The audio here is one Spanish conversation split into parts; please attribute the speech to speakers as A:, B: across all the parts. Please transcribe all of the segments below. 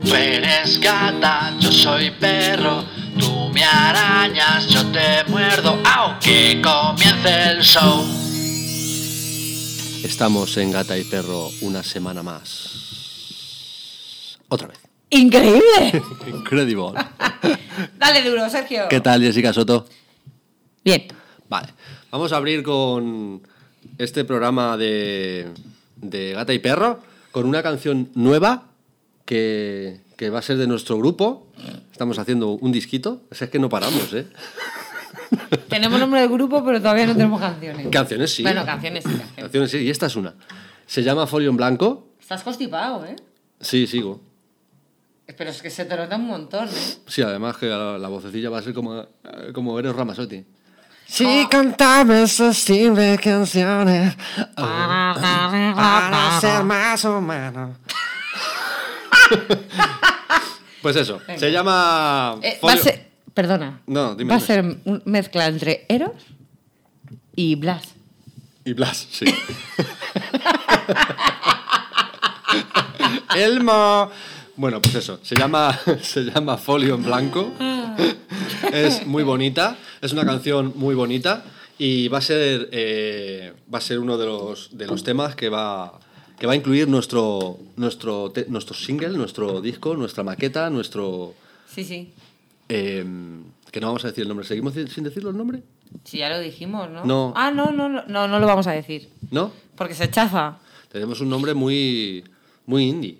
A: Tú eres gata, yo soy perro. Tú me arañas, yo te muerdo. Aunque comience el show.
B: Estamos en Gata y Perro una semana más. Otra vez.
C: Increíble.
B: Incredible.
C: Dale duro, Sergio.
B: ¿Qué tal, Jessica Soto?
C: Bien.
B: Vale. Vamos a abrir con este programa de, de Gata y Perro con una canción nueva que, que va a ser de nuestro grupo. Estamos haciendo un disquito. O sea, es que no paramos, ¿eh?
C: Tenemos nombre de grupo, pero todavía no tenemos canciones.
B: Canciones sí.
C: Bueno, canciones sí. canciones.
B: Canciones sí, y esta es una. Se llama Folio en Blanco.
C: Estás constipado, ¿eh?
B: Sí, sigo.
C: Pero es que se te nota un montón, ¿eh?
B: Sí, además que la, la vocecilla va a ser como, eh, como eres Ramasotti.
D: Si cantaba esas simples canciones
C: Ah.
D: para ser más humano.
B: Pues eso, se llama...
C: Eh, va a
B: Folio-
C: ser- Perdona.
B: No, dime,
C: Va a
B: dime.
C: ser un- mezcla entre Eros y Blas.
B: Y Blas, sí. Elmo. Bueno, pues eso, se llama, se llama Folio en Blanco. Es muy bonita, es una canción muy bonita y va a ser, eh, va a ser uno de los, de los temas que va, que va a incluir nuestro, nuestro, te- nuestro single, nuestro disco, nuestra maqueta, nuestro...
C: Sí, sí.
B: eh, que no vamos a decir el nombre, ¿seguimos sin sin decirlo el nombre?
C: Si ya lo dijimos, ¿no?
B: No.
C: Ah, no, no, no, no, no lo vamos a decir.
B: ¿No?
C: Porque se chafa.
B: Tenemos un nombre muy, muy indie.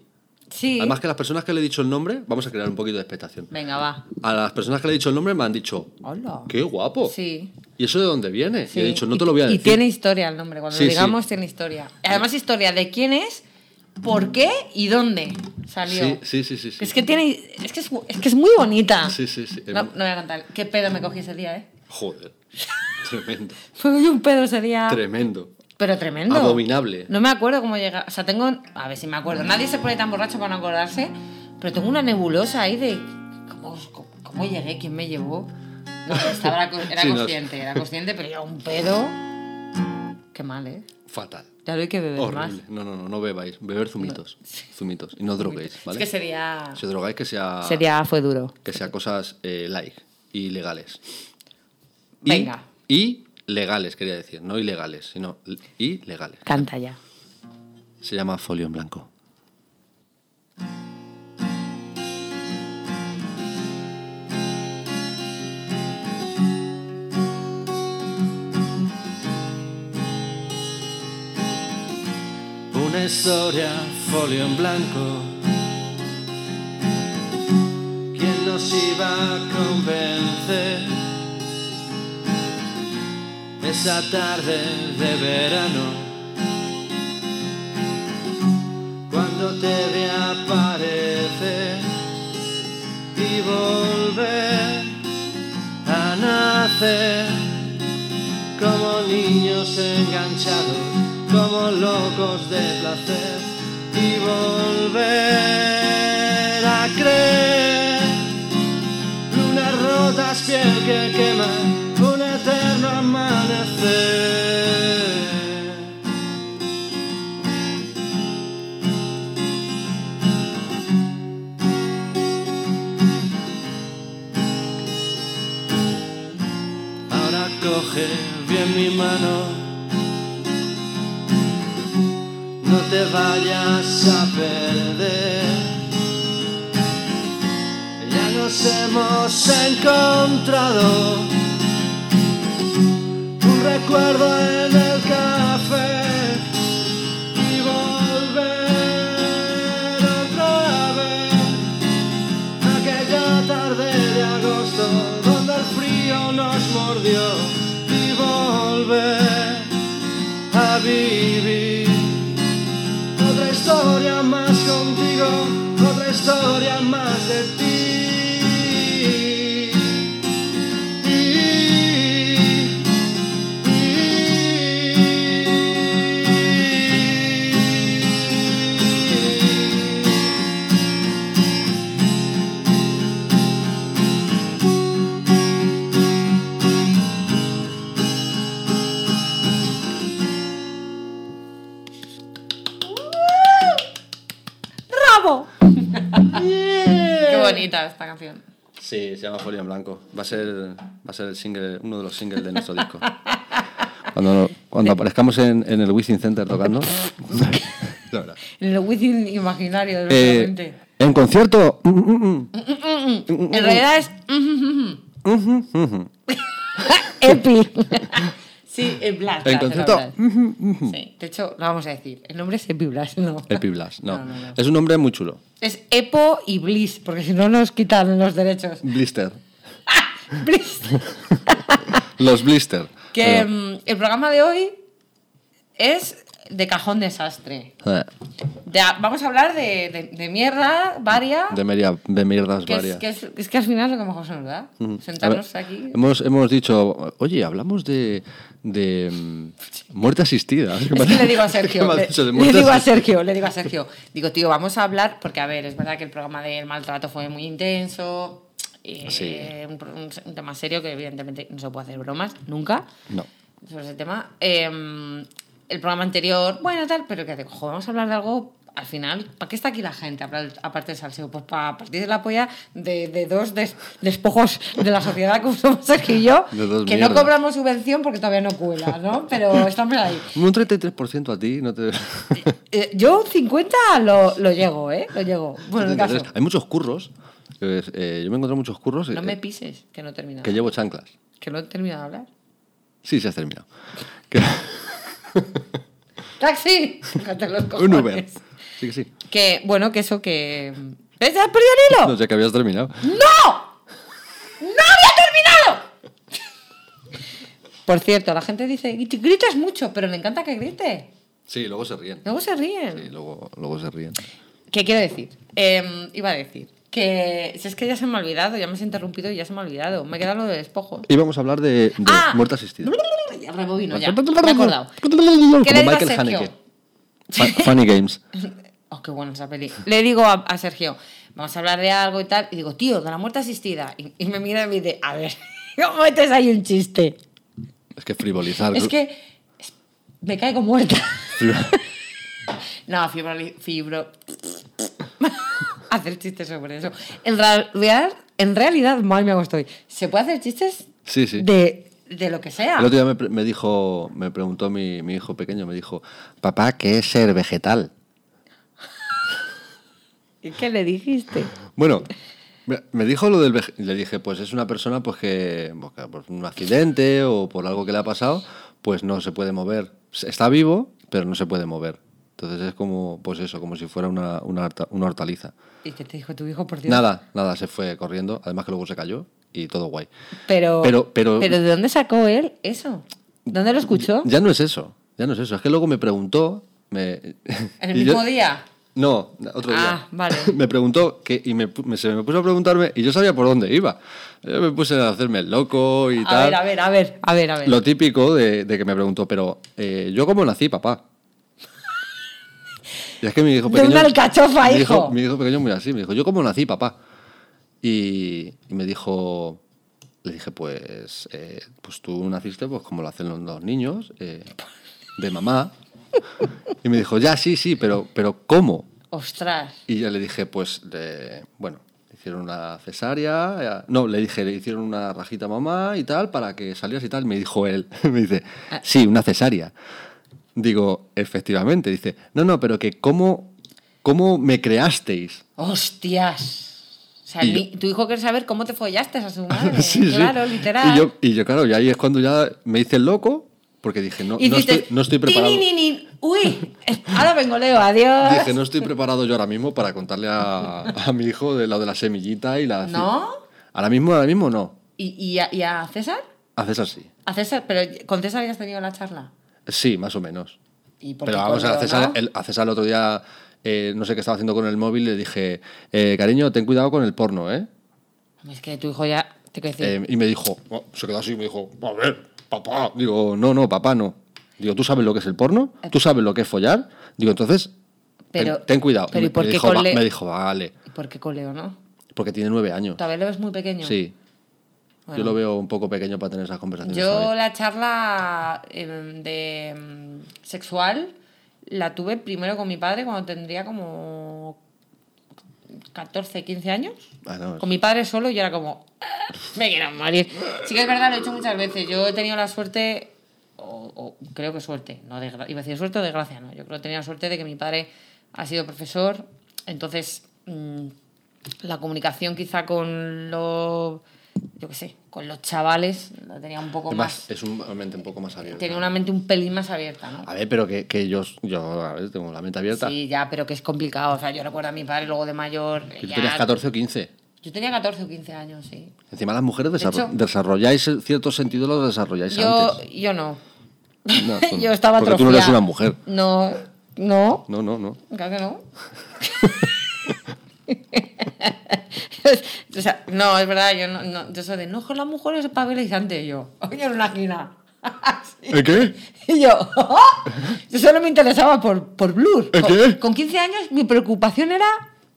C: Sí.
B: Además que las personas que le he dicho el nombre, vamos a crear un poquito de expectación.
C: Venga, va.
B: A las personas que le he dicho el nombre me han dicho, "Ah,
C: Hola.
B: qué guapo.
C: Sí.
B: ¿Y eso de dónde viene?
C: sí.
B: Y he dicho, no te lo voy a
C: Y-
B: decir.
C: Y tiene historia el nombre. Cuando
B: Sí,
C: lo
B: sí.
C: digamos, tiene historia. Además, historia de quién es, por qué y dónde salió.
B: Sí, sí, sí, sí, sí.
C: Es que tiene. Es que es, es que es muy bonita.
B: Sí, sí, sí. em,
C: No, no voy a cantar. Qué pedo me cogí ese día, ¿eh?
B: Joder. Tremendo.
C: Fue un pedo ese día.
B: Tremendo.
C: Pero tremendo.
B: Abominable.
C: No me acuerdo cómo llega. O sea, tengo. A ver si me acuerdo. Nadie se pone tan borracho para no acordarse. Pero tengo una nebulosa ahí de. ¿Cómo, cómo- cómo llegué? ¿Quién me llevó? No, estaba, era co- era
B: Sí, no.
C: consciente, era consciente, pero era un pedo. Qué mal, ¿eh?
B: Fatal.
C: Ya lo hay que beber más.
B: Horrible. No, no, no, no bebáis. Beber zumitos. Zumitos. Y no droguéis, ¿vale?
C: Es que sería.
B: Si drogáis que sea,
C: Sería. Fue duro.
B: que sea cosas eh, like y legales. Y-
C: Venga,
B: Y legales, quería decir. No ilegales, sino y legales.
C: canta ya.
B: Se llama Folio en Blanco. Una historia, folio en blanco. ¿Quién nos iba a convencer? Esa tarde de verano cuando te vi aparecer y volver a nacer como niños enganchados, como locos de placer y volver a creer. Lunas rotas, piel que quema, un eterno amanecer. Ahora coge bien mi mano. No te vayas a perder. Ya nos hemos encontrado. Un recuerdo en el café. Y volver otra vez aquella tarde de agosto donde el frío nos mordió y volver a vivir otra historia más contigo, otra historia más de ti.
C: ¡Bravo!
B: Yeah.
C: bonita esta canción.
B: Sí, se llama Folio en Blanco. Va a ser, va a ser el single, uno de los singles de nuestro disco. Cuando, cuando aparezcamos en, en el Wishing Center tocando. La verdad.
C: El Within imaginario,
B: Eh,
C: realmente.
B: en concierto. mm, mm, mm.
C: en realidad es. Epi. sí, el Blas.
B: En
C: Blas, era
B: concierto,
C: Blas. Sí, de hecho, lo vamos a decir. El nombre es Epi Blas, ¿no?
B: Epi Blas, no.
C: No, no, no.
B: Es un nombre muy chulo.
C: Es Epo y Bliss, porque si no nos quitan los derechos.
B: Blister.
C: Bliss.
B: Los Blister.
C: Que
B: Pero-
C: mm, el programa de hoy es de cajón desastre.
B: Eh,
C: De- vamos a hablar de, de- de mierda, varia.
B: De, meria- de mierdas
C: que, es,
B: varias.
C: que, es, es que al final es lo que mejor se nos da.
B: Ujú.
C: Sentarnos
B: A ver,
C: aquí.
B: Hemos, hemos dicho, oye, hablamos de, de mm, muerte asistida.
C: Es que le digo a Sergio,
B: Me has
C: le,
B: dicho
C: le
B: de muerte
C: digo a
B: asistida.
C: Sergio, le digo a Sergio, digo, tío, vamos a hablar, porque a ver, es verdad que el programa del maltrato fue muy intenso, eh,
B: Sí.
C: un, pro- un se- un tema serio que evidentemente no se puede hacer bromas, nunca,
B: No.
C: sobre ese tema. Eh, el programa anterior, bueno, tal, pero que de cojo, vamos a hablar de algo, al final, ¿para qué está aquí la gente, Hablar- aparte del salseo? Pues para partir de la polla de, de dos des- despojos de la sociedad como somos Sergio y yo,
B: De dos
C: que no
B: mierdas.
C: cobramos subvención porque todavía no cuela, ¿no? Pero estamos ahí.
B: Un 33% a ti no te...
C: Eh, yo un 50 lo, lo llego, ¿eh? Lo llego. Bueno, el caso.
B: Hay muchos curros. eh, eh, yo me he encontrado muchos curros eh,
C: No me pises, que no he terminado.
B: que llevo chanclas.
C: Que no he terminado de hablar.
B: Sí, se ha terminado. Que-
C: ¡Taxi! Fíjate los
B: un
C: cojones.
B: Uber. Sí que sí.
C: Que, bueno, que eso que... ¿Ves? ¿Has perdido el hilo?
B: No sé que habías terminado.
C: ¡No! ¡No había terminado! Por cierto, la gente dice, "Y tú gritas mucho, pero le encanta que grite.
B: Sí, luego se ríen.
C: Luego se ríen.
B: Sí, luego, luego se ríen.
C: ¿Qué quiero decir? Eh, iba a decir que si es que ya se me ha olvidado, ya me has interrumpido y ya se me ha olvidado. Me he quedado lo de despojos.
B: Íbamos a hablar de, de
C: Ah,
B: muerte asistida.
C: Ya rebobino, ya. Me he acordado. ¿Qué le
B: Como
C: digo a
B: Michael
C: Sergio?
B: Haneke. Fu- Funny Games.
C: Oh, qué buena esa peli. Le digo a, a Sergio, vamos a hablar de algo y tal. Y digo, tío, de la muerte asistida. Y, y me mira y me dice, a ver, ¿cómo metes ahí un chiste?
B: Es que frivolizar.
C: Es que es- me caigo muerta. No, fibro. fibro. hacer chistes sobre eso. En realidad, en realidad, mal me hago estoy. ¿Se puede hacer chistes
B: Sí, sí.
C: de, de lo que sea?
B: El otro día me, pre- me dijo, me preguntó mi, mi hijo pequeño, me dijo, papá, ¿qué es ser vegetal?
C: ¿Y ¿Qué le dijiste?
B: Bueno, me- me dijo lo del vege- le dije, pues es una persona pues que pues, que por un accidente o por algo que le ha pasado, pues no se puede mover. Se- Está vivo, pero no se puede mover. Entonces es como, pues eso, como si fuera una, una, horta- una hortaliza.
C: ¿Y qué te dijo tu hijo, por Dios?
B: Nada, nada, se fue corriendo. Además que luego se cayó y todo guay.
C: Pero,
B: Pero- pero-
C: ¿de dónde sacó él eso? ¿Dónde lo escuchó?
B: Ya no es eso, ya no es eso. Es que luego me preguntó... Me,
C: ¿En el
B: y yo-
C: mismo día?
B: No, otro día.
C: Ah, vale.
B: Me preguntó que, y me, pu- me- se me puso a preguntarme y yo sabía por dónde iba. Yo me puse a hacerme el loco y
C: A
B: tal.
C: ver, a ver, a ver, a ver, a ver.
B: Lo típico de, de que me preguntó, pero eh, ¿yo cómo nací, papá? Y es que mi hijo
C: De
B: pequeño...
C: una alcachofa,
B: mi
C: hijo.
B: Mi hijo pequeño muy así, me dijo, ¿yo cómo nací, papá? Y, y me dijo... Le dije, pues, eh, pues tú naciste pues como lo hacen los, los niños, eh, de mamá. Y me dijo, ya, sí, sí, pero, pero ¿cómo?
C: Ostras.
B: Y yo le dije, pues, le- bueno, le hicieron una cesárea. eh, No, le dije, le hicieron una rajita a mamá y tal, para que salieras y tal. Me dijo él, me dice, sí, una cesárea. Digo, efectivamente. Dice, no, no, pero que cómo, cómo me creasteis.
C: Hostias. O sea,
B: Y
C: ni- tu hijo quiere saber cómo te follaste a su madre.
B: Sí, sí.
C: claro, literal.
B: Y yo, y yo, claro, y ahí es cuando ya me hice el loco, porque dije, no,
C: Y
B: no,
C: dices,
B: estoy, no estoy preparado.
C: "Tininin". Uy, ahora vengo Leo, adiós.
B: Dije, no estoy preparado yo ahora mismo para contarle a, a mi hijo de lo de la semillita y la...
C: ¿No?
B: Ahora mismo, ahora mismo no.
C: ¿Y, y a, y a César?
B: Haces así.
C: A César, pero con César ya has tenido la charla.
B: Sí, más o menos.
C: ¿Y por
B: Pero
C: qué
B: vamos, a
C: coño,
B: César,
C: no?
B: el, a César el otro día, eh, no sé qué estaba haciendo con el móvil, le dije, eh, cariño, ten cuidado con el porno, ¿eh?
C: Es que tu hijo ya... Te quiero decir,
B: Eh, y me dijo, oh, se quedó así y me dijo, a ver, papá. Digo, no, no, papá, no. Digo, ¿tú sabes lo que es el porno? ¿Tú sabes lo que es follar? Digo, entonces, ten-
C: Pero-
B: ten, cuidado.
C: pero ¿y
B: me,
C: por
B: me
C: qué
B: dijo,
C: con
B: "Va-
C: le-
B: me dijo, vale,
C: ¿por qué con Leo, no?
B: porque tiene nueve años.
C: Todavía lo ves muy pequeño.
B: Sí,
C: Bueno.
B: yo lo veo un poco pequeño para tener esas conversaciones.
C: Yo
B: ¿sabes?
C: la charla em, de em, sexual la tuve primero con mi padre cuando tendría como 14, 15 años.
B: Ah, no,
C: Con mi padre solo y yo era como, "Ah, me quiero morir. Sí que es verdad, lo he hecho muchas veces. Yo he tenido la suerte, o, o creo que suerte, no desgra- iba a decir suerte o desgracia, no. Yo creo que he tenido la suerte de que mi padre ha sido profesor, entonces mm, la comunicación quizá con los, yo qué sé, con los chavales la tenía un poco
B: Además,
C: más,
B: es un, mente un poco más abierta.
C: tenía una mente un pelín más abierta, ¿no?
B: A ver, pero que, que yo, yo a ver, tengo la mente abierta.
C: Sí, ya, pero que es complicado. O sea, yo recuerdo a mi padre luego de mayor.
B: Que tú
C: ya-
B: tenías 14 o 15.
C: Yo tenía 14 o 15 años, sí.
B: Encima las mujeres desarro-
C: hecho-
B: desarrolláis el- cierto sentido, lo desarrolláis
C: Yo,
B: antes.
C: yo no.
B: No, tú no.
C: yo estaba
B: Porque tú no eres
C: atrofiada.
B: una mujer.
C: No, no,
B: No, no, no.
C: claro que no. o sea, no, es verdad, yo no, no yo soy de no con las mujeres es pavilizante yo. Yo en una esquina. Así.
B: ¿Eh, qué?
C: Y yo, "Oh". yo solo me interesaba por, por Blur.
B: ¿Eh,
C: Con,
B: qué?
C: con 15 años mi preocupación era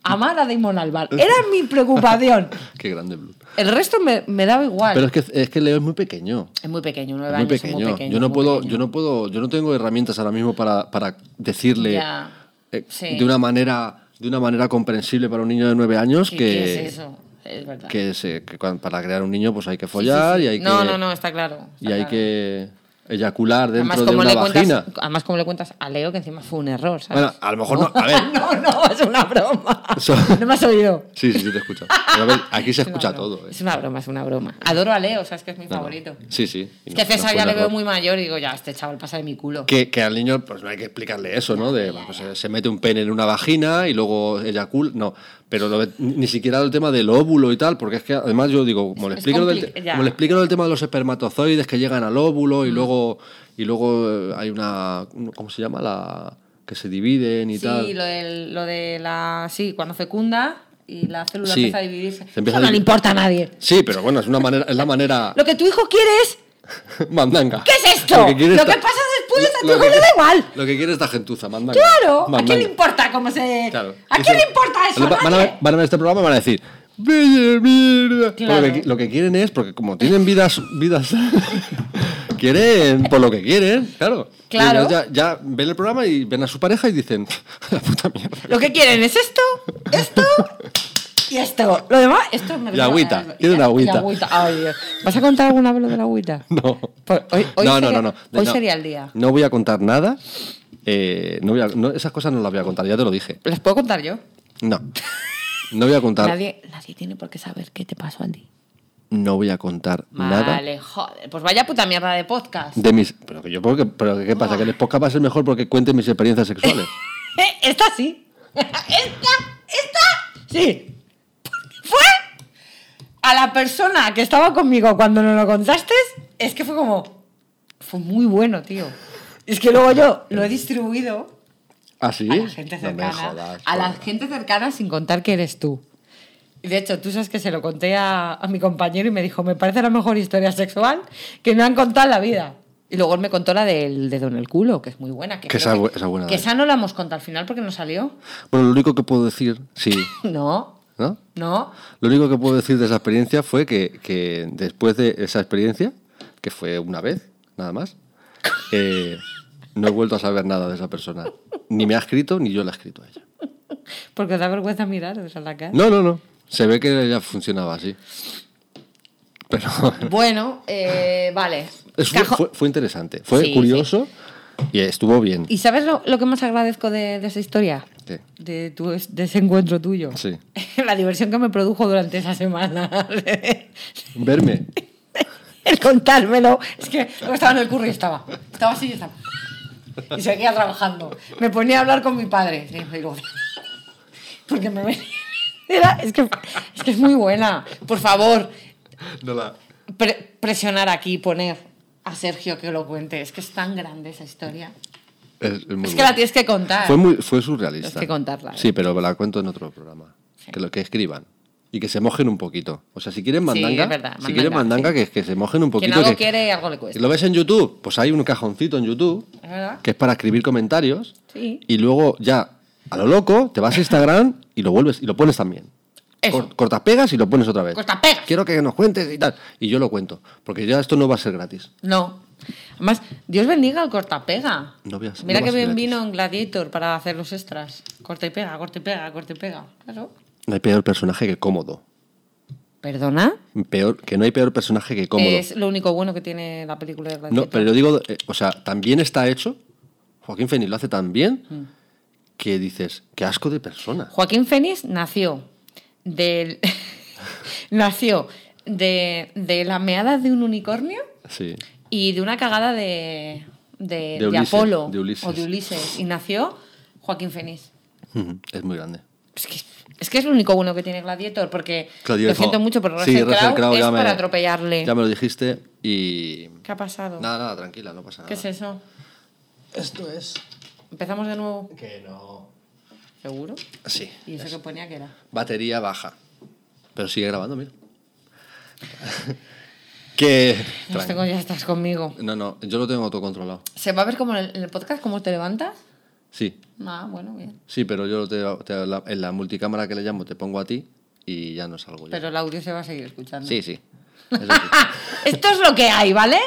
C: amar a Damon Albarn. Era mi preocupación.
B: Qué grande Blue.
C: El resto me, me daba igual.
B: Pero es que, es que Leo es muy pequeño.
C: es muy pequeño, nueve
B: Es muy
C: años
B: pequeño.
C: es muy pequeño.
B: yo no
C: muy
B: puedo,
C: pequeño.
B: yo no puedo, yo no tengo herramientas ahora mismo para, para decirle
C: Ya,
B: eh,
C: sí.
B: de una manera, de una manera comprensible para un niño de 9 años
C: ¿Qué-
B: que,
C: qué es eso? Es verdad. Sí,
B: que se- que cuan- para crear un niño pues hay que
C: sí,
B: follar
C: sí.
B: y hay
C: no,
B: que
C: no, no, está claro. está
B: y hay
C: claro.
B: que eyacular dentro
C: Además,
B: de
C: como
B: una
C: le
B: vagina.
C: cuentas, además, como le cuentas a Leo, que encima fue un error, ¿sabes?
B: Bueno, a lo mejor no, a ver.
C: no, no, es una broma.
B: Eso-
C: No me has oído.
B: Sí, sí, sí te escucho. Pero a ver, aquí se
C: Es una
B: escucha
C: broma.
B: todo. eh.
C: Es una broma, es una broma. Adoro a Leo, o sea, es que es mi
B: No, no.
C: favorito.
B: Sí, sí. Y
C: Es que a
B: no- no
C: César
B: fue
C: ya
B: un
C: le veo
B: error.
C: muy mayor y digo, ya, este chaval pasa de mi culo.
B: Que, que al niño, pues no hay que explicarle eso, ¿no? De, pues, eh, se mete un pene en una vagina y luego eyacula. No, pero lo de- ni siquiera el tema del óvulo y tal, porque es que además yo digo, como le
C: Es
B: expliquen lo, del
C: compli-
B: te-
C: ya. Mm.
B: como le expliquen lo del tema de los espermatozoides que llegan al óvulo y luego y luego eh, hay una. ¿Cómo se llama? La que se dividen y
C: Sí,
B: tal.
C: lo, del- lo de la. Sí, cuando fecunda y la célula
B: Sí.
C: empieza a dividirse.
B: Se
C: Eso
B: empieza a
C: no le
B: divi-
C: importa a nadie.
B: Sí, pero bueno, es una manera, es la manera
C: Lo que tu hijo quiere es.
B: mandanga.
C: ¿Qué es esto?
B: quiere
C: Lo
B: esta-
C: que pasa después a tu hijo
B: que-
C: le da igual.
B: Lo que quiere esta gentuza, mandanga.
C: ¡Claro! ¿A
B: Mandanga.
C: quién le importa cómo se.?
B: Claro.
C: ¿A quién le importa eso? ¿A
B: Va- Van a,
C: nadie?
B: ver, van a ver este programa y van a decir. "Vaya mierda".
C: Claro.
B: Lo, que, lo que quieren es, porque como tienen vidas, vidas quieren por lo que quieren, claro.
C: Claro.
B: Ellos Ya, ya ven el programa y ven a su pareja y dicen, la puta mierda.
C: Lo que quieren es esto, esto y esto. Lo demás, esto me
B: Y agüita,
C: Y-
B: quieren
C: y
B: agüita.
C: Ay, Dios. ¿Vas a contar alguna vez lo de la agüita?
B: No.
C: Pues hoy- hoy
B: no,
C: sería-
B: no, no, no.
C: hoy
B: No.
C: sería el día.
B: No voy a contar nada. eh, no voy a- no, esas cosas no las voy a contar, ya te lo dije.
C: ¿Las puedo contar yo?
B: No. No voy a contar.
C: Nadie, nadie tiene por qué saber qué te pasó a ti.
B: No voy a contar nada.
C: Vale, joder. Pues vaya puta mierda de podcast.
B: De mis. Pero que yo porque, pero que qué
C: Ah.
B: pasa, que el podcast va a ser mejor porque cuente mis experiencias sexuales.
C: Eh, Esta sí. Esta, esta. Sí. Fue a la persona que estaba conmigo cuando nos lo contaste. Es que fue como. Fue muy bueno, tío. Es que luego yo lo he distribuido
B: ¿Ah, sí?
C: a la gente
B: No me
C: cercana.
B: jodas,
C: a la
B: joder.
C: gente cercana sin contar que eres tú. Y de hecho, tú sabes que se lo conté a, a mi compañero y me dijo, me parece la mejor historia sexual que me han contado en la vida. Y luego él me contó la del dedo en el culo, que es muy buena. Que,
B: Que
C: creo
B: esa bu- esa buena ¿eh?
C: que
B: es.
C: esa no la hemos contado al final porque no salió.
B: Bueno, lo único que puedo decir, sí,
C: No,
B: ¿no?
C: no.
B: Lo único que puedo decir de esa experiencia fue que, que después de esa experiencia, que fue una vez, nada más, eh, no he vuelto a saber nada de esa persona. Ni me ha escrito, ni yo le he escrito a ella.
C: Porque da vergüenza mirar a la cara.
B: No, no, no. Se ve que ella funcionaba así. Pero
C: Bueno, eh, vale.
B: es- fue,
C: Cajo-
B: fue- fue interesante, fue
C: Sí,
B: curioso y estuvo bien.
C: ¿Y sabes lo, lo que más agradezco de, de esa historia?
B: ¿Qué?
C: De, tu, es- de ese encuentro tuyo.
B: Sí.
C: La diversión que me produjo durante esa semana.
B: Verme.
C: el contármelo. Es que luego estaba en el curro y estaba. Estaba así y estaba. Y seguía trabajando. Me ponía a hablar con mi padre. Y luego- Porque me venía. Era- es, que, es que es muy buena. Por favor,
B: No la-
C: pre- presionar aquí, poner a Sergio que lo cuente. Es que es tan grande esa historia.
B: Es, es muy
C: es que
B: buena.
C: la tienes que contar.
B: Fue, muy, fue surrealista.
C: Ah. Tienes que contarla, ¿eh?
B: Sí, pero la cuento en otro programa. Que lo que escriban. Y que se mojen un poquito. O sea, si quieren
C: Sí,
B: mandanga,
C: es verdad,
B: si quieren
C: mandanga,
B: mandanga,
C: sí.
B: que, que se mojen un poquito.
C: Quien algo
B: que-
C: quiere, algo le cuesta.
B: ¿Lo ves en YouTube? Pues hay un cajoncito en YouTube
C: ¿Es verdad?
B: que es para escribir comentarios.
C: Sí.
B: Y luego ya, a lo loco, te vas a Instagram y lo vuelves y lo pones también.
C: Eso.
B: Cor- cortas pegas y lo pones otra vez.
C: Cortas pegas.
B: Quiero que nos cuentes y tal. Y yo lo cuento. Porque ya esto no va a ser gratis.
C: No. Además, Dios bendiga al cortapega.
B: No veas,
C: Mira
B: no
C: que
B: vas
C: bien
B: gratis.
C: vino en Gladiator para hacer los extras. Corta y pega, corta y pega, corta y pega. Claro.
B: No hay peor personaje que cómodo.
C: ¿Perdona?
B: Peor, que no hay peor personaje que cómodo.
C: Es lo único bueno que tiene la película de Gladiator.
B: No, pero yo digo, eh, o sea, también está hecho. Joaquín Phoenix lo hace tan bien
C: Mm.
B: que dices, qué asco de persona.
C: Joaquín Fénix nació del. nació de, de la meada de un unicornio
B: Sí.
C: y de una cagada de. de,
B: De
C: de
B: Ulises,
C: Apolo.
B: de Ulises.
C: O de Ulises. Y nació Joaquín Fénix.
B: Ujú, Es muy grande.
C: Es que, es que es lo único bueno que tiene Gladiator, porque lo
B: Gladiator.
C: siento mucho, pero
B: Sí,
C: Russell Crowe
B: Crowe
C: es
B: ya me-
C: para atropellarle.
B: Ya me lo dijiste y.
C: ¿Qué ha pasado?
B: Nada, nada, tranquila, no pasa nada.
C: ¿Qué es eso?
B: Esto es.
C: ¿Empezamos de nuevo?
B: Que no.
C: ¿Seguro?
B: Sí.
C: ¿Y eso que ponía que era?
B: Batería baja. Pero sigue grabando, mira. que.
C: Los
B: tranqui-
C: tengo, ya estás conmigo.
B: No, no, yo lo tengo todo controlado.
C: ¿Se va a ver como en el, en el podcast cómo te levantas?
B: Sí,
C: Ah, bueno, bien.
B: sí, pero yo te, te- la- en la multicámara que le llamo te pongo a ti y ya no salgo yo.
C: Pero el audio se va a seguir escuchando. Ah,
B: Sí, sí. Eso sí.
C: Esto es lo que hay, ¿vale?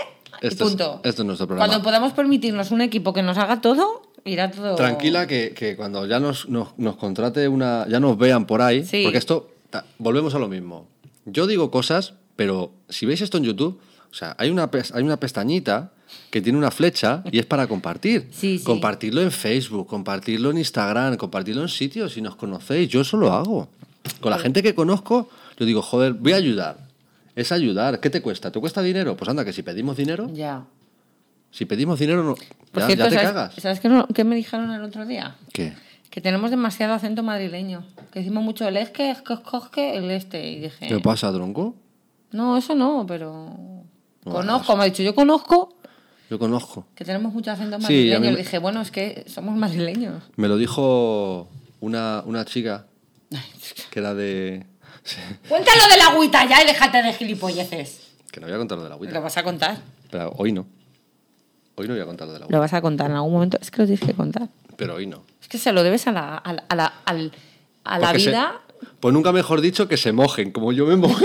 C: Y
B: Esto es-
C: punto.
B: esto es nuestro programa.
C: Cuando podamos permitirnos un equipo que nos haga todo, irá todo.
B: Tranquila que, que cuando ya nos, nos, nos contrate una. ya nos vean por ahí.
C: Sí.
B: Porque esto. ta- Volvemos a lo mismo. Yo digo cosas, pero si veis esto en YouTube, o sea, hay una, pes- hay una pestañita que tiene una flecha y es para compartir.
C: Sí, sí.
B: Compartirlo en Facebook, compartirlo en Instagram, compartirlo en sitios. Si nos conocéis, yo eso lo hago. Con la gente que conozco, yo digo, joder, voy a ayudar. Es ayudar. ¿Qué te cuesta? ¿Te cuesta dinero? Pues anda, que si pedimos dinero,
C: Ya.
B: si pedimos dinero, no,
C: Por
B: ya,
C: cierto,
B: ya te
C: ¿sabes,
B: cagas.
C: ¿sabes Eh. qué, no- qué me dijeron el otro día?
B: ¿Qué?
C: Que tenemos demasiado acento madrileño. Que decimos mucho el es que, es que, es que, es que, el este. Y dije,
B: ¿Qué pasa, tronco?
C: no, eso no, pero.
B: Bueno,
C: Conozco, me ha dicho, yo conozco
B: Yo conozco.
C: que tenemos mucho acento
B: Sí, a
C: madrileño.
B: mí me-
C: Le dije, bueno, es que somos madrileños.
B: Me lo dijo una, una chica que era de. Sí,
C: Cuéntalo de la agüita ya y déjate de gilipolleces.
B: que no voy a contar lo de
C: Lo
B: la agüita.
C: vas a contar.
B: Pero hoy no. Hoy no voy a contar lo de la agüita.
C: Lo vas a contar en algún momento. Es que lo tienes que contar.
B: Pero hoy no.
C: Es que se lo debes a la, a la, a la, al- a la
B: Porque se-
C: vida.
B: pues nunca mejor dicho que se mojen, como yo me mojé.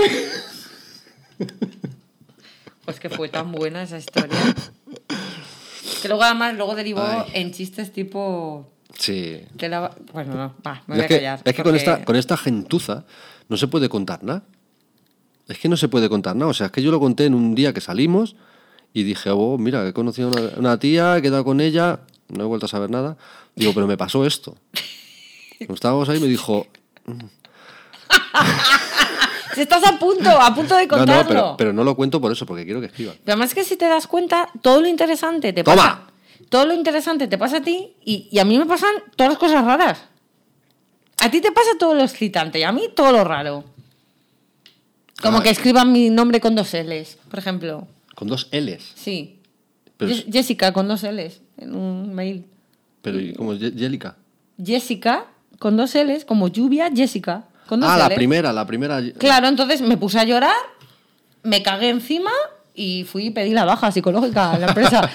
C: Pues que fue tan buena esa historia. que luego además luego derivó
B: Ay.
C: en chistes tipo.
B: Sí.
C: te la- Bueno, no, va, me voy
B: Y es
C: a
B: que,
C: callar.
B: es que con,
C: porque-
B: esta, con esta gentuza no se puede contar nada. Es que no se puede contar nada. O sea, es que yo lo conté en un día que salimos y dije, oh, mira, he conocido a una, una tía, he quedado con ella, no he vuelto a saber nada. Digo, pero me pasó esto. Cuando estábamos ahí me dijo,
C: Si estás a punto, a punto de
B: e- no,
C: contarlo.
B: no, pero, pero no lo cuento por eso, porque quiero que escriban.
C: Pero además que si te das cuenta, todo lo interesante te
B: ¡Toma!
C: pasa. Todo lo interesante te pasa a ti y, y a mí me pasan todas las cosas raras. A ti te pasa todo lo excitante y a mí todo lo raro. Como
B: Ah.
C: que escriban mi nombre con dos L's, por ejemplo.
B: Con dos L's.
C: Sí.
B: Pero,
C: Yes- Jessica con dos L's en un mail.
B: pero ¿y como Ye- Yélica.
C: Jessica con dos L's, como lluvia, Jessica. Con dos
B: Ah, la
C: Ls.
B: primera, la primera.
C: Claro, entonces me puse a llorar, me cagué encima y fui y pedí la baja psicológica a la empresa.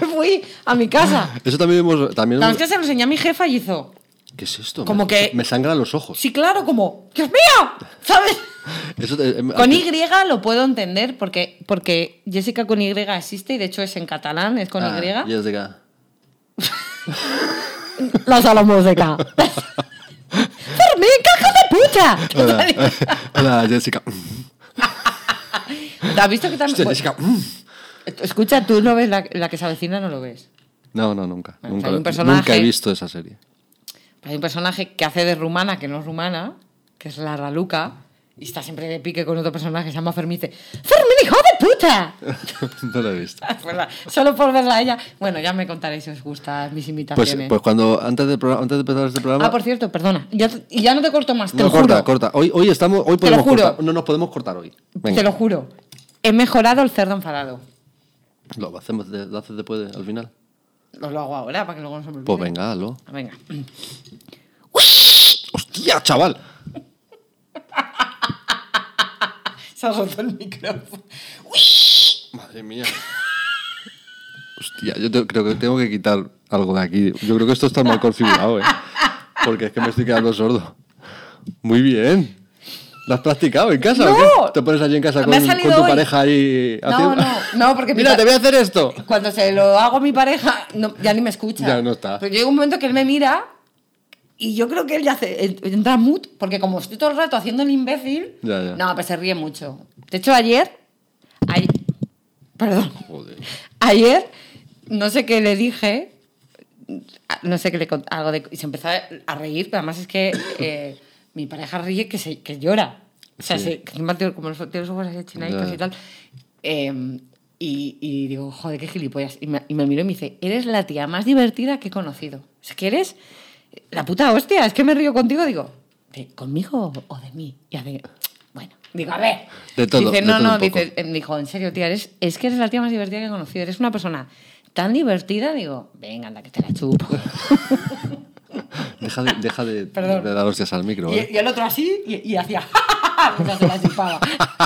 C: me fui a mi casa.
B: Eso también hemos... También
C: La hostia se lo enseñé a mi jefa y hizo.
B: ¿Qué es esto?
C: Como
B: me,
C: que-
B: me sangran los ojos.
C: Sí, claro, como, ¡Dios mío! ¿Sabes?
B: Eso te- em-
C: Con Y lo puedo entender porque, porque Jessica con Y existe y de hecho es en catalán, es con
B: Ah,
C: Y.
B: Jessica.
C: Los álamos de acá. ¡Fermín, caja de puta!
B: Hola, hola Jessica.
C: ¿Te has visto que
B: Hostia,
C: también.?
B: Jessica. mm.
C: Escucha, tú no ves la, la que se avecina, no lo ves.
B: No, no, nunca.
C: Bueno,
B: nunca,
C: hay un
B: la-
C: personaje-
B: nunca he visto esa serie.
C: Hay un personaje que hace de rumana, que no es rumana, que es la Raluca, y está siempre de pique con otro personaje que se llama Fermice. ¡Fermín, hijo de puta!
B: no la he visto.
C: Pues la- Solo por verla a ella. Bueno, ya me contaréis si os gustan mis
B: Pues,
C: imitaciones.
B: pues cuando antes de, pro- antes de empezar este programa.
C: ah, por cierto, perdona. Ya te- y ya no te corto más, te
B: no,
C: lo
B: corta,
C: juro.
B: corta. Hoy, hoy estamos. Hoy
C: Te lo
B: podemos
C: juro.
B: cortar. No nos podemos cortar hoy. Venga.
C: Te lo juro. He mejorado el cerdo enfadado.
B: Lo hacemos de- lo haces después de- al final.
C: Os lo hago ahora para que luego no se me olvide.
B: Pues venga, hazlo.
C: Venga.
B: ¡Hostia, chaval!
C: Se ha roto el micrófono.
B: Madre mía. Hostia, yo te- creo que tengo que quitar algo de aquí. Yo creo que esto está mal configurado, ¿eh? Porque es que me estoy quedando sordo. Muy bien. ¿Lo has practicado en casa? o qué?
C: ¡No!
B: ¿Te pones allí en casa
C: Me
B: con,
C: ha salido
B: con tu
C: hoy.
B: pareja ahí
C: No, no, no, porque mi
B: Mira,
C: pa-
B: te voy a hacer esto.
C: Cuando se lo hago a mi pareja, no- ya ni me escucha.
B: Ya no está.
C: Pero llega un momento que él me mira Y yo creo que él ya hace, él entra en mood, porque como estoy todo el rato haciendo el imbécil,
B: Ya, ya.
C: no, pero se ríe mucho. De hecho, ayer, ay- perdón,
B: Joder.
C: ayer, no sé qué le dije, no sé qué le cont- algo de, y se empezó a- a reír, pero además es que eh, mi pareja ríe que, se, que llora. O sea,
B: Sí.
C: se- que encima tiene- como los, tiene los ojos así chinaditos
B: Ya.
C: y tal. Eh, y, y digo, joder, qué gilipollas. Y me, y me miró y me dice, eres la tía más divertida que he conocido. O sea, que eres la puta hostia, es que me río contigo. Digo, ¿de conmigo o de mí? Y hace, bueno, digo, a ver.
B: De todo,
C: Dice,
B: de
C: no,
B: todo
C: no,
B: un poco.
C: dice, eh, me dijo, en serio, tía, eres, es que eres la tía más divertida que he conocido. Eres una persona tan divertida. Digo, venga, anda, que te la chupo.
B: Deja de, deja de,
C: Perdón.
B: de dar hostias al micro, ¿eh?
C: y, y el otro así, y, y hacía, mientras se la chupaba.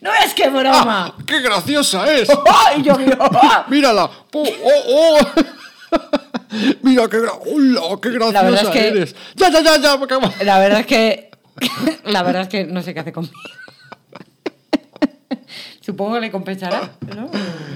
C: no es que broma.
B: ¡Ah! ¡Qué graciosa es!
C: Y yo digo, "Ah".
B: ¡Mírala! ¡Oh, oh, oh! ¡Mira qué, gra- hola, qué graciosa
C: La verdad es que-
B: eres! ¡Ya, ya, ya, ya! porque va-
C: La verdad es que. La verdad es que no sé qué hace conmigo. Supongo que le compensará, ¿no?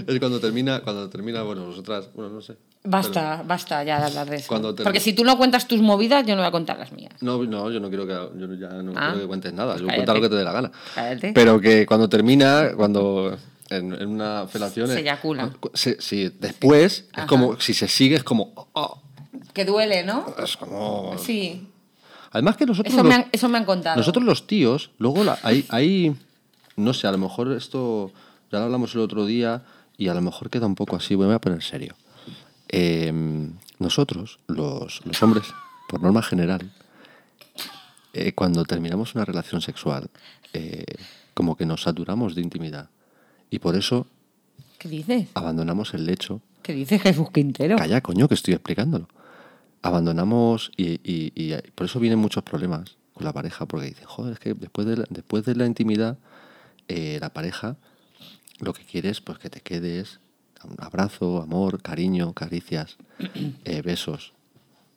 B: Es cuando termina, cuando termina, bueno, nosotras, bueno, no sé.
C: Basta, basta ya de hablar de eso.
B: Cuando te-
C: Porque si tú no cuentas tus movidas, yo no voy a contar las mías.
B: No, no, yo no quiero que, yo ya no
C: Ah.
B: quiero que cuentes nada. Yo
C: Cállate.
B: cuenta lo que te dé la gana.
C: Cállate.
B: Pero que cuando termina, cuando en, en una felación...
C: Se
B: es-
C: eyacula.
B: cu- se- sí, después
C: Ajá.
B: es como, si se sigue es como... oh, oh,
C: Que duele, ¿no?
B: es como...
C: Sí.
B: Además que nosotros...
C: Eso me,
B: los-
C: han, eso me han contado.
B: Nosotros los tíos, luego la- hay, hay, no sé, a lo mejor esto, ya lo hablamos el otro día y a lo mejor queda un poco así, me voy a poner serio. Eh, nosotros, los, los hombres, por norma general, eh, cuando terminamos una relación sexual, eh, como que nos saturamos de intimidad y por eso
C: ¿Qué dices?
B: abandonamos el lecho
C: ¿Qué dices, Jesús Quintero?
B: Calla, coño, que estoy explicándolo. Abandonamos y, y- y por eso vienen muchos problemas con la pareja, porque dicen, joder, es que después de la, después de la intimidad, eh, la pareja lo que quiere es pues, que te quedes, un abrazo, amor, cariño, caricias, eh, besos,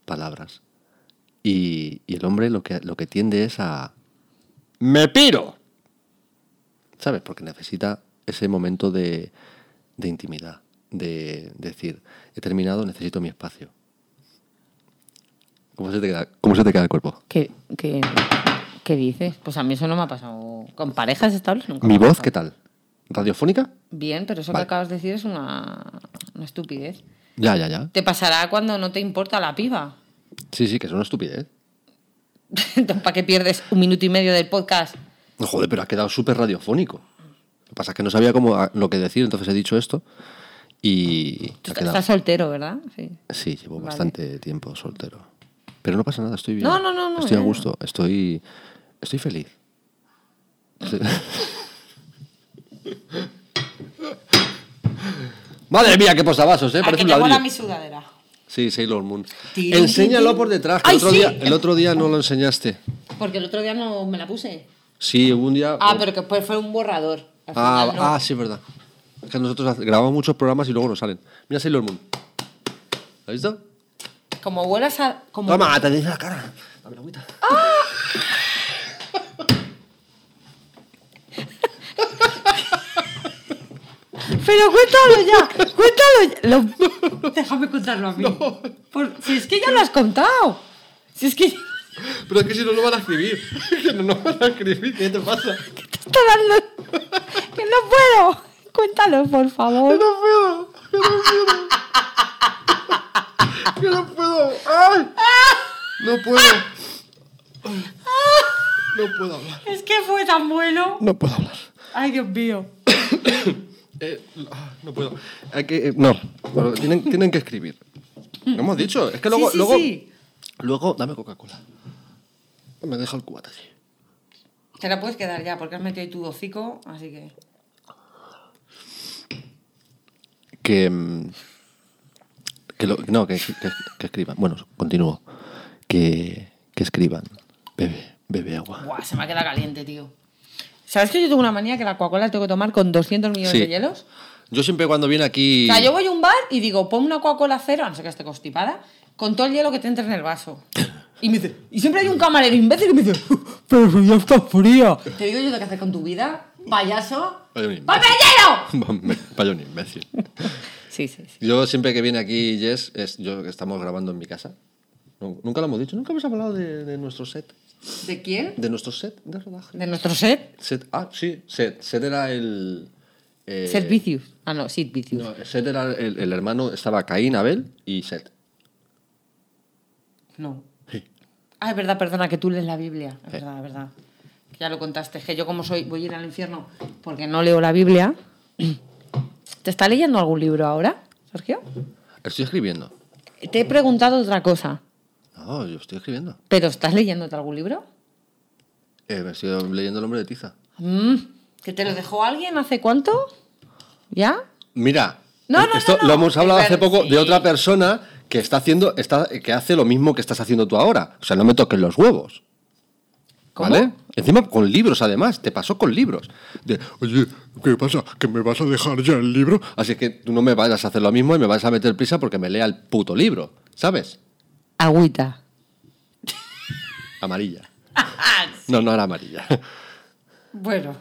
B: palabras. Y, y el hombre lo que, lo que tiende es a... ¡Me piro! ¿Sabes? Porque necesita ese momento de, de intimidad, de decir, he terminado, necesito mi espacio. ¿Cómo se te queda, cómo se te queda el cuerpo?
C: ¿Qué, qué, qué dices? Pues a mí eso no me ha pasado. Con parejas estables nunca.
B: ¿Mi
C: me ha
B: voz
C: pasado.
B: qué tal? ¿Radiofónica?
C: Bien, pero eso
B: Vale.
C: que acabas de decir es una, una estupidez.
B: Ya, ya, ya.
C: Te pasará cuando no te importa la piba.
B: Sí, sí, que es una estupidez.
C: Entonces, ¿para qué pierdes un minuto y medio del podcast?
B: Joder, pero ha quedado súper radiofónico. Lo que pasa es que no sabía cómo a- lo que decir, entonces he dicho esto. Y ha
C: Tú estás
B: quedado-
C: estás soltero, ¿verdad? Sí.
B: Sí, llevo
C: Vale.
B: bastante tiempo soltero. Pero no pasa nada, estoy bien.
C: No, no, no, eh. no,
B: Estoy a
C: ya.
B: gusto, estoy, estoy feliz. Estoy- Madre mía, qué posavasos, ¿eh?
C: A que
B: Parece un
C: te mola
B: ladrillo.
C: mi sudadera.
B: Sí, Sailor Moon.
C: Tin,
B: Enséñalo
C: tin,
B: por detrás, que
C: ¡Ay,
B: el otro,
C: sí!
B: día, el otro día no lo enseñaste.
C: Porque el otro día no me la puse.
B: Sí, hubo un día...
C: Ah, pero que después fue un borrador. Al
B: Pues Ah,
C: final no.
B: ah, sí, es verdad. Es que nosotros hace- grabamos muchos programas y luego no salen. Mira Sailor Moon. ¿Lo has visto?
C: Como vuelas a. Como,
B: Toma, te dice la cara. Dame la agüita.
C: Pero cuéntalo ya, cuéntalo ya. Lo- Déjame contarlo a mí. Por- Si es que ya lo has contado. Si es que ya
B: Pero es que si no lo van a escribir. Que no lo van a escribir. ¿Qué te pasa?
C: te está dando. Que no puedo. Cuéntalo, por favor.
B: no puedo. Que no puedo. Que no puedo. ¡Ay! No puedo. No puedo hablar.
C: Es que fue tan bueno.
B: No puedo hablar.
C: Ay, Dios mío.
B: Eh, ah, no puedo. Hay que, eh, no, pero tienen, tienen que escribir. Lo hemos dicho. Es que luego.
C: sí,
B: luego,
C: sí.
B: luego dame Coca-Cola. Me deja el cubata así.
C: Te la puedes quedar ya, porque has metido ahí tu hocico, así que.
B: que mm, que lo- no que, que- que escriban bueno continúo que, que escriban bebe bebe agua
C: Buah, se me ha quedado caliente, tío. ¿Sabes que yo tengo una manía que la Coca-Cola la tengo que tomar con 200 millones
B: Sí.
C: de hielos?
B: yo siempre cuando viene aquí
C: O sea, yo voy a un bar y digo, pon una Coca-Cola cero, a no ser que esté constipada, con todo el hielo que te entre en el vaso. Y me dice, y siempre hay un camarero imbécil que me dice, pero si ya está fría. Te digo yo lo que hacer con tu vida, payaso.
B: Vaya un imbécil.
C: ¡Ponme hielo!
B: vaya un imbécil
C: Sí, sí, sí.
B: Yo siempre que viene aquí Jess, es yo que estamos grabando en mi casa. Nu- Nunca lo hemos dicho, nunca hemos hablado de, de nuestro set.
C: ¿De quién?
B: De nuestro set de rodaje.
C: ¿De nuestro set?
B: Set, ah, sí, set. Set era el. eh,
C: Set Vicious. Ah, no, Sid Vicious.
B: no, set era el, el hermano, estaba Caín, Abel y Set.
C: No. Ah, es verdad, perdona, que tú lees la Biblia. Es verdad, es verdad. Que ya lo contaste. Que yo como soy, voy a ir al infierno porque no leo la Biblia. ¿Te está leyendo algún libro ahora, Sergio?
B: Estoy escribiendo.
C: Te he preguntado otra cosa.
B: No, yo estoy escribiendo.
C: ¿Pero estás leyéndote algún libro?
B: Eh, me estoy leyendo El hombre de tiza.
C: Mm, ¿Que te lo dejó alguien hace cuánto? ¿Ya?
B: Mira,
C: No, no, no,
B: esto
C: no.
B: lo hemos hablado
C: Es
B: hace
C: verdad,
B: poco
C: sí.
B: de otra persona que está haciendo, está, que hace lo mismo que estás haciendo tú ahora. O sea, no me toques los huevos.
C: ¿Cómo?
B: ¿Vale? Encima con libros, además, te pasó con libros. De, oye, ¿qué pasa? ¿Que me vas a dejar ya el libro? Así que tú no me vayas a hacer lo mismo y me vas a meter prisa porque me lea el puto libro, ¿sabes?
C: Agüita.
B: Amarilla. No, no era amarilla.
C: Ah, Bueno.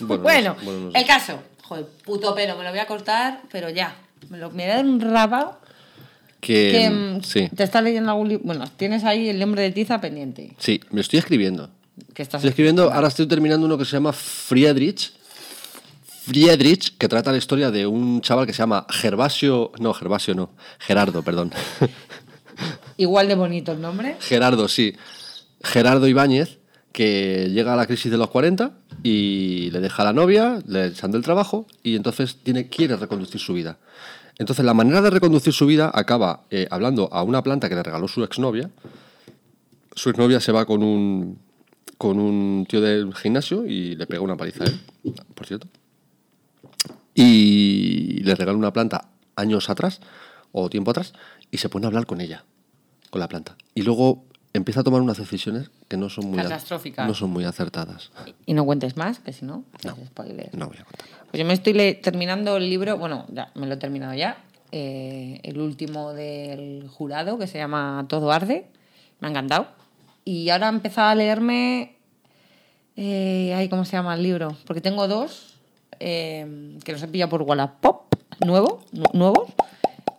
B: Bueno,
C: Bueno,
B: no sé, bueno, no sé.
C: el caso. Joder, puto pelo, me lo voy a cortar, pero ya. Me lo me voy a dar un rabao.
B: Que,
C: que,
B: mm,
C: mm,
B: sí,
C: ¿Te está leyendo algún libro? Bueno, tienes ahí el nombre de tiza pendiente.
B: sí, me estoy escribiendo.
C: Que estás
B: Estoy escribiendo, ahora estoy terminando uno que se llama Friedrich. Friedrich, que trata la historia de un chaval que se llama Gervasio. No, Gervasio no. Gerardo, perdón.
C: igual de bonito el nombre.
B: Gerardo, sí. Gerardo Ibáñez, que llega a la crisis de los 40 y le deja a la novia, le echan del trabajo y entonces tiene, quiere reconducir su vida. Entonces, la manera de reconducir su vida acaba eh, hablando a una planta que le regaló su exnovia. Su exnovia se va con un, con un tío del gimnasio y le pega una paliza a él, por cierto y le regala una planta años atrás o tiempo atrás y se pone a hablar con ella, con la planta. Y luego empieza a tomar unas decisiones que no son muy, a-
C: Catastróficas.
B: no son muy acertadas.
C: Y no cuentes más, que si no, es spoiler.
B: No voy a contar. nada.
C: Pues yo me estoy le- terminando el libro, bueno, ya me lo he terminado ya, eh, el último del jurado que se llama Todo Arde, me ha encantado. Y ahora he empezado a leerme, eh, ay, ¿cómo se llama el libro? Porque tengo dos eh, que los he pillado por Wallapop, nuevo, nu- nuevo.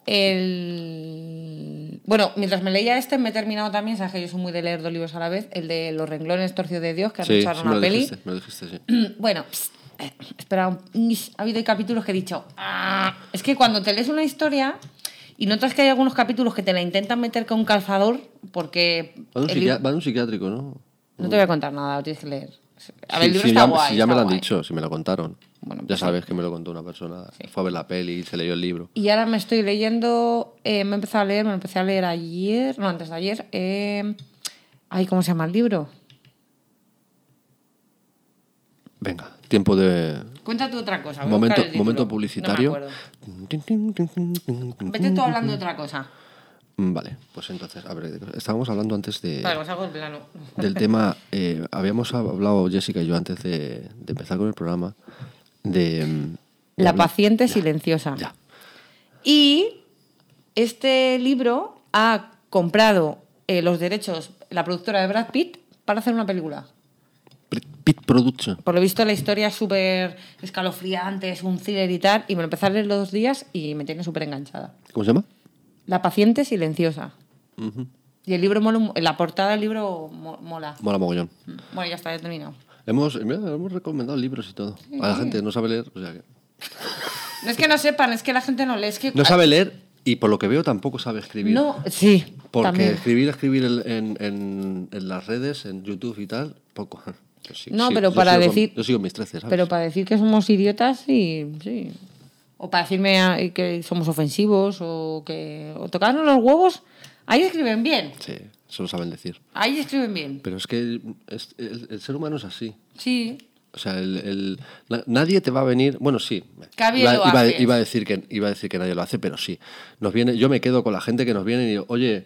C: El... Bueno, mientras me leía este, me he terminado también, sabes que yo soy muy de leer dos libros a la vez, el de Los renglones torcidos de Dios, que han
B: Sí,
C: hecho ahora
B: sí, me
C: una
B: lo
C: peli.
B: dijiste, me lo dijiste, sí.
C: Bueno, psst, eh, espera, un- ish, ha habido capítulos que he dicho. "Ah". Es que cuando te lees una historia y notas que hay algunos capítulos que te la intentan meter con calzador, porque.
B: Va de un,
C: el
B: psiquia-
C: libro-
B: va de un psiquiátrico, ¿no?
C: No te voy a contar nada, lo tienes que leer. A ver,
B: Sí,
C: el libro
B: sí,
C: está
B: ya,
C: guay.
B: sí, ya
C: está
B: me lo han
C: guay.
B: dicho, si me lo contaron.
C: Bueno,
B: ya
C: pues-
B: sabes que me lo contó una persona. Fue a ver la peli, se leyó el libro.
C: Y ahora me estoy leyendo, eh, me he empezado a leer, me lo empecé a leer ayer, no, antes de ayer. eh, ay, ¿cómo se llama el libro?
B: Venga, tiempo de...
C: Cuenta tú otra cosa. voy a
B: Momento,
C: buscar el título. No
B: momento
C: me
B: publicitario.
C: acuerdo. Vete tú hablando de otra cosa.
B: Mm, Vale, pues entonces, a ver, estábamos hablando antes de...
C: Vale, os hago el plano.
B: del tema, eh, habíamos hablado Jessica y yo antes de, de empezar con el programa de... mm, de
C: La
B: hablar-
C: paciente silenciosa.
B: Ya.
C: Y este libro ha comprado eh, los derechos, la productora de Brad Pitt, para hacer una película.
B: Pit- Pit Production.
C: Por lo visto la historia es súper escalofriante, es un thriller y tal, y me lo empecé a leer los dos días y me tiene súper enganchada.
B: ¿Cómo se llama?
C: La paciente silenciosa. Y el libro mola, un- la portada del libro mo- mola.
B: Mola mogollón.
C: Bueno, ya está, ya he terminado.
B: Hemos, eh, mira, hemos recomendado libros y todo. A la gente no sabe leer. o sea que-
C: No es que no sepan, es que la gente no lee, es que...
B: no sabe leer y por lo que veo tampoco sabe escribir.
C: No, sí,
B: porque
C: también.
B: escribir, escribir el- en, en- en las redes, en YouTube y tal, poco. Yo sí-
C: No,
B: sí,
C: pero
B: yo
C: para
B: sigo con-
C: decir-
B: yo sigo mis 13, ¿sabes?
C: Pero para decir que somos idiotas, sí, sí. O para decirme ah, que somos ofensivos o que o tocarnos los huevos, ahí escriben bien.
B: Sí, se lo saben decir.
C: Ahí escriben bien.
B: Pero es que es- el- el ser humano es así.
C: Sí.
B: O sea, el, el- na- nadie te va a venir. Bueno, sí.
C: Cabe
B: iba,
C: lo
B: iba-
C: haces.
B: iba a decir que iba a decir que nadie lo hace, pero sí. Nos viene, yo me quedo con la gente que nos viene y digo, oye,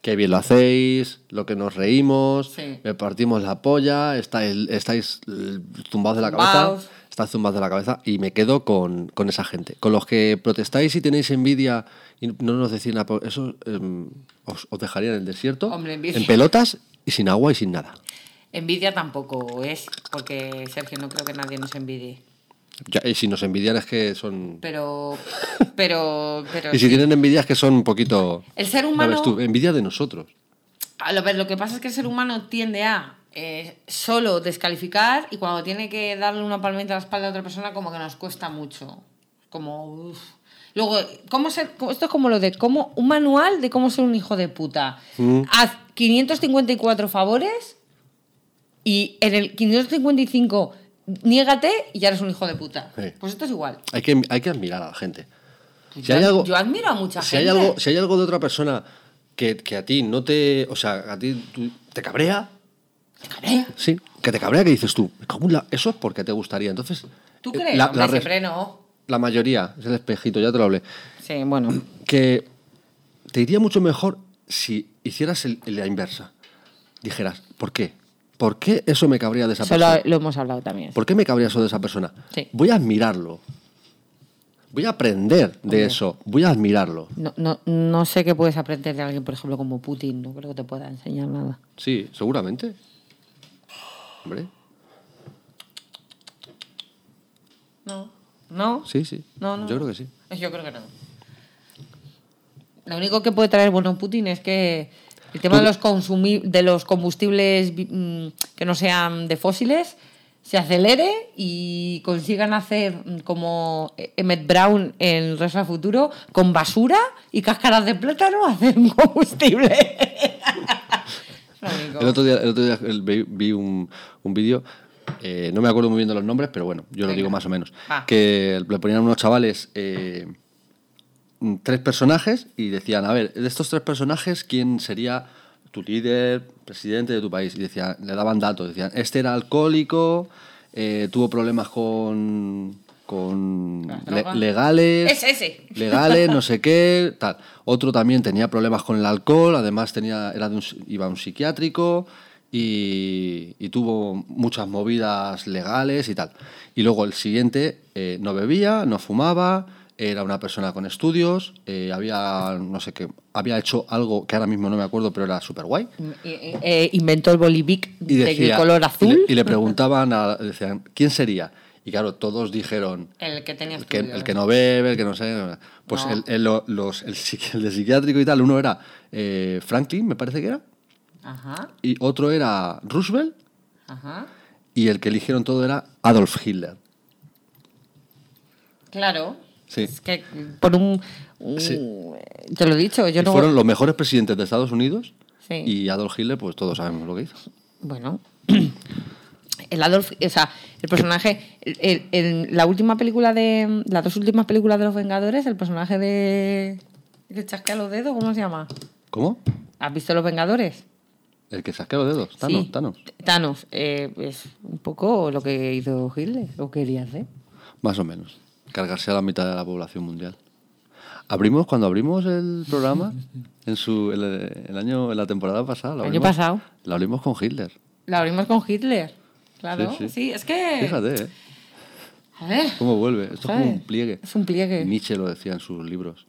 B: qué bien lo hacéis, lo que nos reímos,
C: Sí.
B: me partimos la polla, estáis, estáis eh, tumbados de la
C: Tumbaos.
B: cabeza. Estáis zumbados de la cabeza y me quedo con, con esa gente. Con los que protestáis y tenéis envidia y no nos decís nada, por- eso em, os, os dejaría en el desierto,
C: Hombre, envidia.
B: en pelotas y sin agua y sin nada.
C: Envidia tampoco es, porque Sergio no creo que nadie nos envidie.
B: Ya, y si nos envidian es que son...
C: Pero. Pero. pero
B: Y si tienen envidias que son un poquito...
C: El ser
B: ¿sabes
C: humano-
B: tú? Envidia de nosotros.
C: A lo, ver, lo que pasa es que el ser humano tiende a eh, solo descalificar y cuando tiene que darle una palmita a la espalda a otra persona, como que nos cuesta mucho. Como. uf. Luego, ¿cómo ser, co- esto es como lo de cómo, un manual de cómo ser un hijo de puta.
B: Mm.
C: Haz 554 favores y en el 555 niégate y ya eres un hijo de puta.
B: Sí.
C: Pues esto es igual.
B: Hay que, hay que admirar a la gente. Si
C: yo,
B: hay algo-
C: yo admiro a mucha
B: Si hay
C: gente.
B: algo, si hay algo de otra persona que, que a ti no te... O sea, a ti tú- te cabrea,
C: Cabrera.
B: sí, que te cabrea que dices tú, "Me cago en la-". eso es porque te gustaría. Entonces...
C: ¿Tú
B: eh,
C: crees?
B: La,
C: Hombre,
B: la re-
C: siempre no.
B: la mayoría, es el espejito, ya te lo hablé.
C: Sí, bueno.
B: que te iría mucho mejor si hicieras el- la inversa. Dijeras, ¿por qué? ¿Por qué eso me cabría de esa
C: Eso lo,
B: persona?
C: lo hemos hablado también.
B: ¿Por qué me cabría eso de esa persona?
C: Sí.
B: Voy a admirarlo. Voy a aprender de
C: Hombre.
B: eso. Voy a admirarlo.
C: No, no, no sé qué puedes aprender de alguien, por ejemplo, como Putin. No creo que te pueda enseñar nada.
B: Sí, seguramente. Hombre,
C: No. ¿No?
B: sí, sí.
C: No, no.
B: Yo creo que sí.
C: Yo creo que no. Lo único que puede traer bueno Putin es que el tema de los, consumi- de los combustibles vi- mm, que no sean de fósiles se acelere y consigan hacer mm, como Emmett Brown en Regreso al Futuro con basura y cáscaras de plátano hacer un combustible. Lo único.
B: El otro día, el otro día el- vi, vi un, un vídeo, eh, no me acuerdo muy bien de los nombres, pero bueno, yo lo
C: Venga. Ah.
B: digo más o menos.
C: Va.
B: Que le ponían unos chavales eh, mm, tres personajes y decían, a ver, de estos tres personajes, ¿quién sería tu líder, presidente de tu país? Y decían, le daban datos, decían, este era alcohólico, eh, tuvo problemas con, con
C: Las
B: le-
C: drogas.
B: legales.
C: Es ese.
B: Legales, no sé qué, tal. Otro también tenía problemas con el alcohol, además tenía, era de un, iba a un psiquiátrico y, y tuvo muchas movidas legales y tal. Y luego el siguiente eh, no bebía, no fumaba, era una persona con estudios, eh, había, no sé qué, había hecho algo que ahora mismo no me acuerdo, pero era súper guay.
C: Eh, eh, inventó el Bolivic
B: Y
C: de
B: decía-
C: color azul.
B: Y le, y le preguntaban, a- decían, ¿quién sería? Y claro, todos dijeron,
C: el que tenía
B: el que,
C: estudios.
B: el que no bebe, el que no sé. Pues
C: No.
B: El, el- lo- los- el psiqui- el de psiquiátrico y tal, uno era eh, Franklin, me parece que era,
C: Ajá,
B: y otro era Roosevelt,
C: ajá.
B: y el que eligieron todo era Adolf Hitler.
C: Claro.
B: Sí.
C: Es que por un. un-
B: Sí.
C: Te lo he dicho, yo
B: Y
C: no.
B: fueron los mejores presidentes de Estados Unidos,
C: Sí.
B: y Adolf Hitler, pues todos sabemos lo que hizo.
C: Bueno. El Adolf, o sea, el personaje, el- el- en la última película de, las dos últimas películas de los Vengadores, el personaje de, que chasquea los dedos, ¿cómo se llama?
B: ¿Cómo?
C: ¿Has visto los Vengadores?
B: El que saquea los dedos, Thanos,
C: Sí.
B: Thanos.
C: Thanos, eh, es un poco lo que hizo Hitler, o quería hacer.
B: Más o menos. Cargarse a la mitad de la población mundial. Abrimos, cuando abrimos el programa, en su el, el año, en la temporada pasada, lo
C: Año
B: abrimos-
C: pasado.
B: lo abrimos con Hitler.
C: La abrimos con Hitler, claro. Sí,
B: Sí, sí.
C: es que.
B: Fíjate, ¿eh?
C: A ver,
B: ¿Cómo vuelve? Esto es como
C: ¿sabes?
B: un pliegue.
C: Es un pliegue.
B: Nietzsche lo decía en sus libros.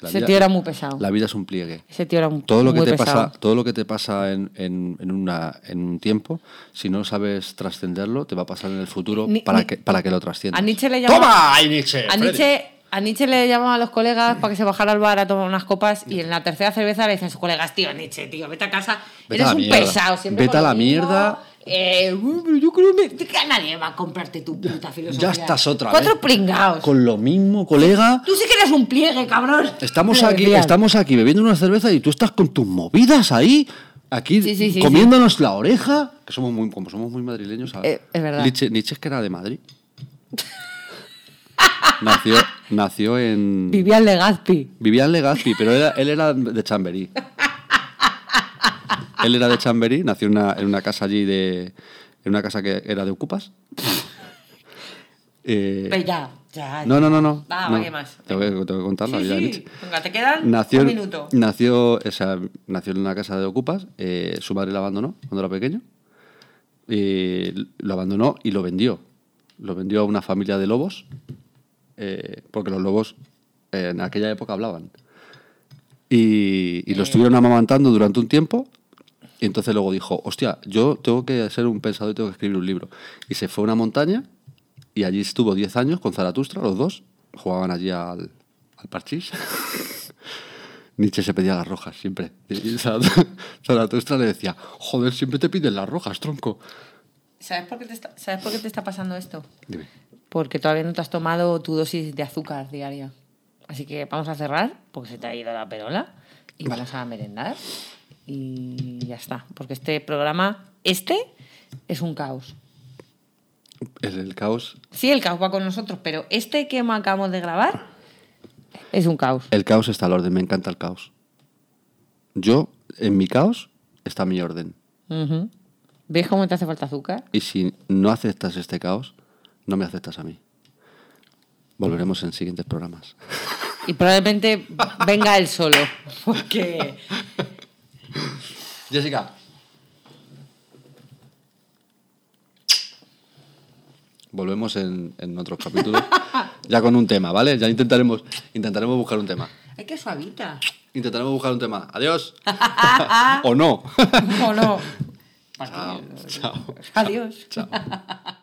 B: La
C: Ese
B: vida-
C: tío era muy pesado.
B: La vida es un pliegue.
C: Ese tío era un
B: Todo lo que
C: muy
B: te
C: pesado.
B: pasa, todo lo que te pasa en, en- en una, en un tiempo, si no sabes trascenderlo, te va a pasar en el futuro
C: Ni-
B: para,
C: ni-
B: que, para que lo trasciendas.
C: A Nietzsche le llamaban.
B: ¡Toma! ¡Ay, Nietzsche!
C: A
B: Freddy!
C: Nietzsche, a Nietzsche le llamaban a los colegas para que se bajara al bar a tomar unas copas y en la tercera cerveza le dicen a sus colegas, tío, Nietzsche, tío, vete a casa.
B: Vete
C: Eres
B: a la
C: un
B: mierda.
C: pesado. Siempre
B: Vete
C: con
B: a
C: lo
B: la
C: mismo.
B: mierda.
C: Eh, "Uy, pero yo creo que que a nadie va a comprarte tu puta filosofía.
B: Ya estás otra
C: Cuatro
B: vez.
C: pringados.
B: Con lo mismo, colega.
C: Tú sí que eres un pliegue, cabrón.
B: Estamos
C: Le
B: aquí,
C: decían.
B: estamos aquí bebiendo una cerveza y tú estás con tus movidas ahí, aquí
C: Sí, sí, sí,
B: comiéndonos la oreja. Que somos muy, como somos muy madrileños, ¿sabes?
C: Eh, es verdad.
B: Nietzsche, Nietzsche es que era de Madrid. nació, nació en.
C: Vivian Legazpi.
B: Vivía en Legazpi, pero era- él era de Chamberí. Él era de Chamberí, nació en una, en una casa allí de. En una casa que era de Ocupas. Eh,
C: Ve Pues ya, ya.
B: no, no, no, no.
C: Va,
B: no.
C: va, ¿qué Ah, más?
B: Tengo que, tengo que contar la
C: Sí,
B: vida de
C: sí.
B: Nietzsche.
C: Venga, te quedan
B: Nació,
C: un minuto.
B: Nació, o sea, nació en una casa de ocupas, eh, su madre la abandonó cuando era pequeño, eh, lo abandonó y lo vendió. Lo vendió a una familia de lobos, eh, porque los lobos eh, en aquella época hablaban. Y,
C: Eh.
B: y lo estuvieron amamantando durante un tiempo. Y entonces luego dijo, hostia, yo tengo que ser un pensador y tengo que escribir un libro. Y se fue a una montaña y allí estuvo 10 años con Zaratustra, los dos. Jugaban allí al, al parchís. Nietzsche se pedía las rojas, siempre. Y Zarat- Zaratustra le decía, joder, siempre te piden las rojas, tronco.
C: ¿Sabes por qué te está, ¿sabes por qué te está pasando esto?
B: Dime.
C: Porque todavía no te has tomado tu dosis de azúcar diaria. Así que vamos a cerrar, porque se te ha ido la perola, y vamos a merendar. Y ya está. Porque este programa, este, es un caos.
B: El, el caos.
C: Sí, el caos va con nosotros, pero este que acabamos de grabar es un caos.
B: El caos está al orden, me encanta el caos. Yo, en mi caos, está mi orden.
C: Ujú. ¿Ves cómo te hace falta azúcar?
B: Y si no aceptas este caos, no me aceptas a mí. Volveremos en siguientes programas.
C: Y probablemente venga él solo. Porque.
B: Jessica. Volvemos en, en otros capítulos. ya con un tema, ¿vale? Ya intentaremos, intentaremos buscar un tema.
C: Hay que suavita.
B: Intentaremos buscar un tema. Adiós. o no.
C: ¿O no?
B: Chao. Chao.
C: eh, Adiós.
B: Chao.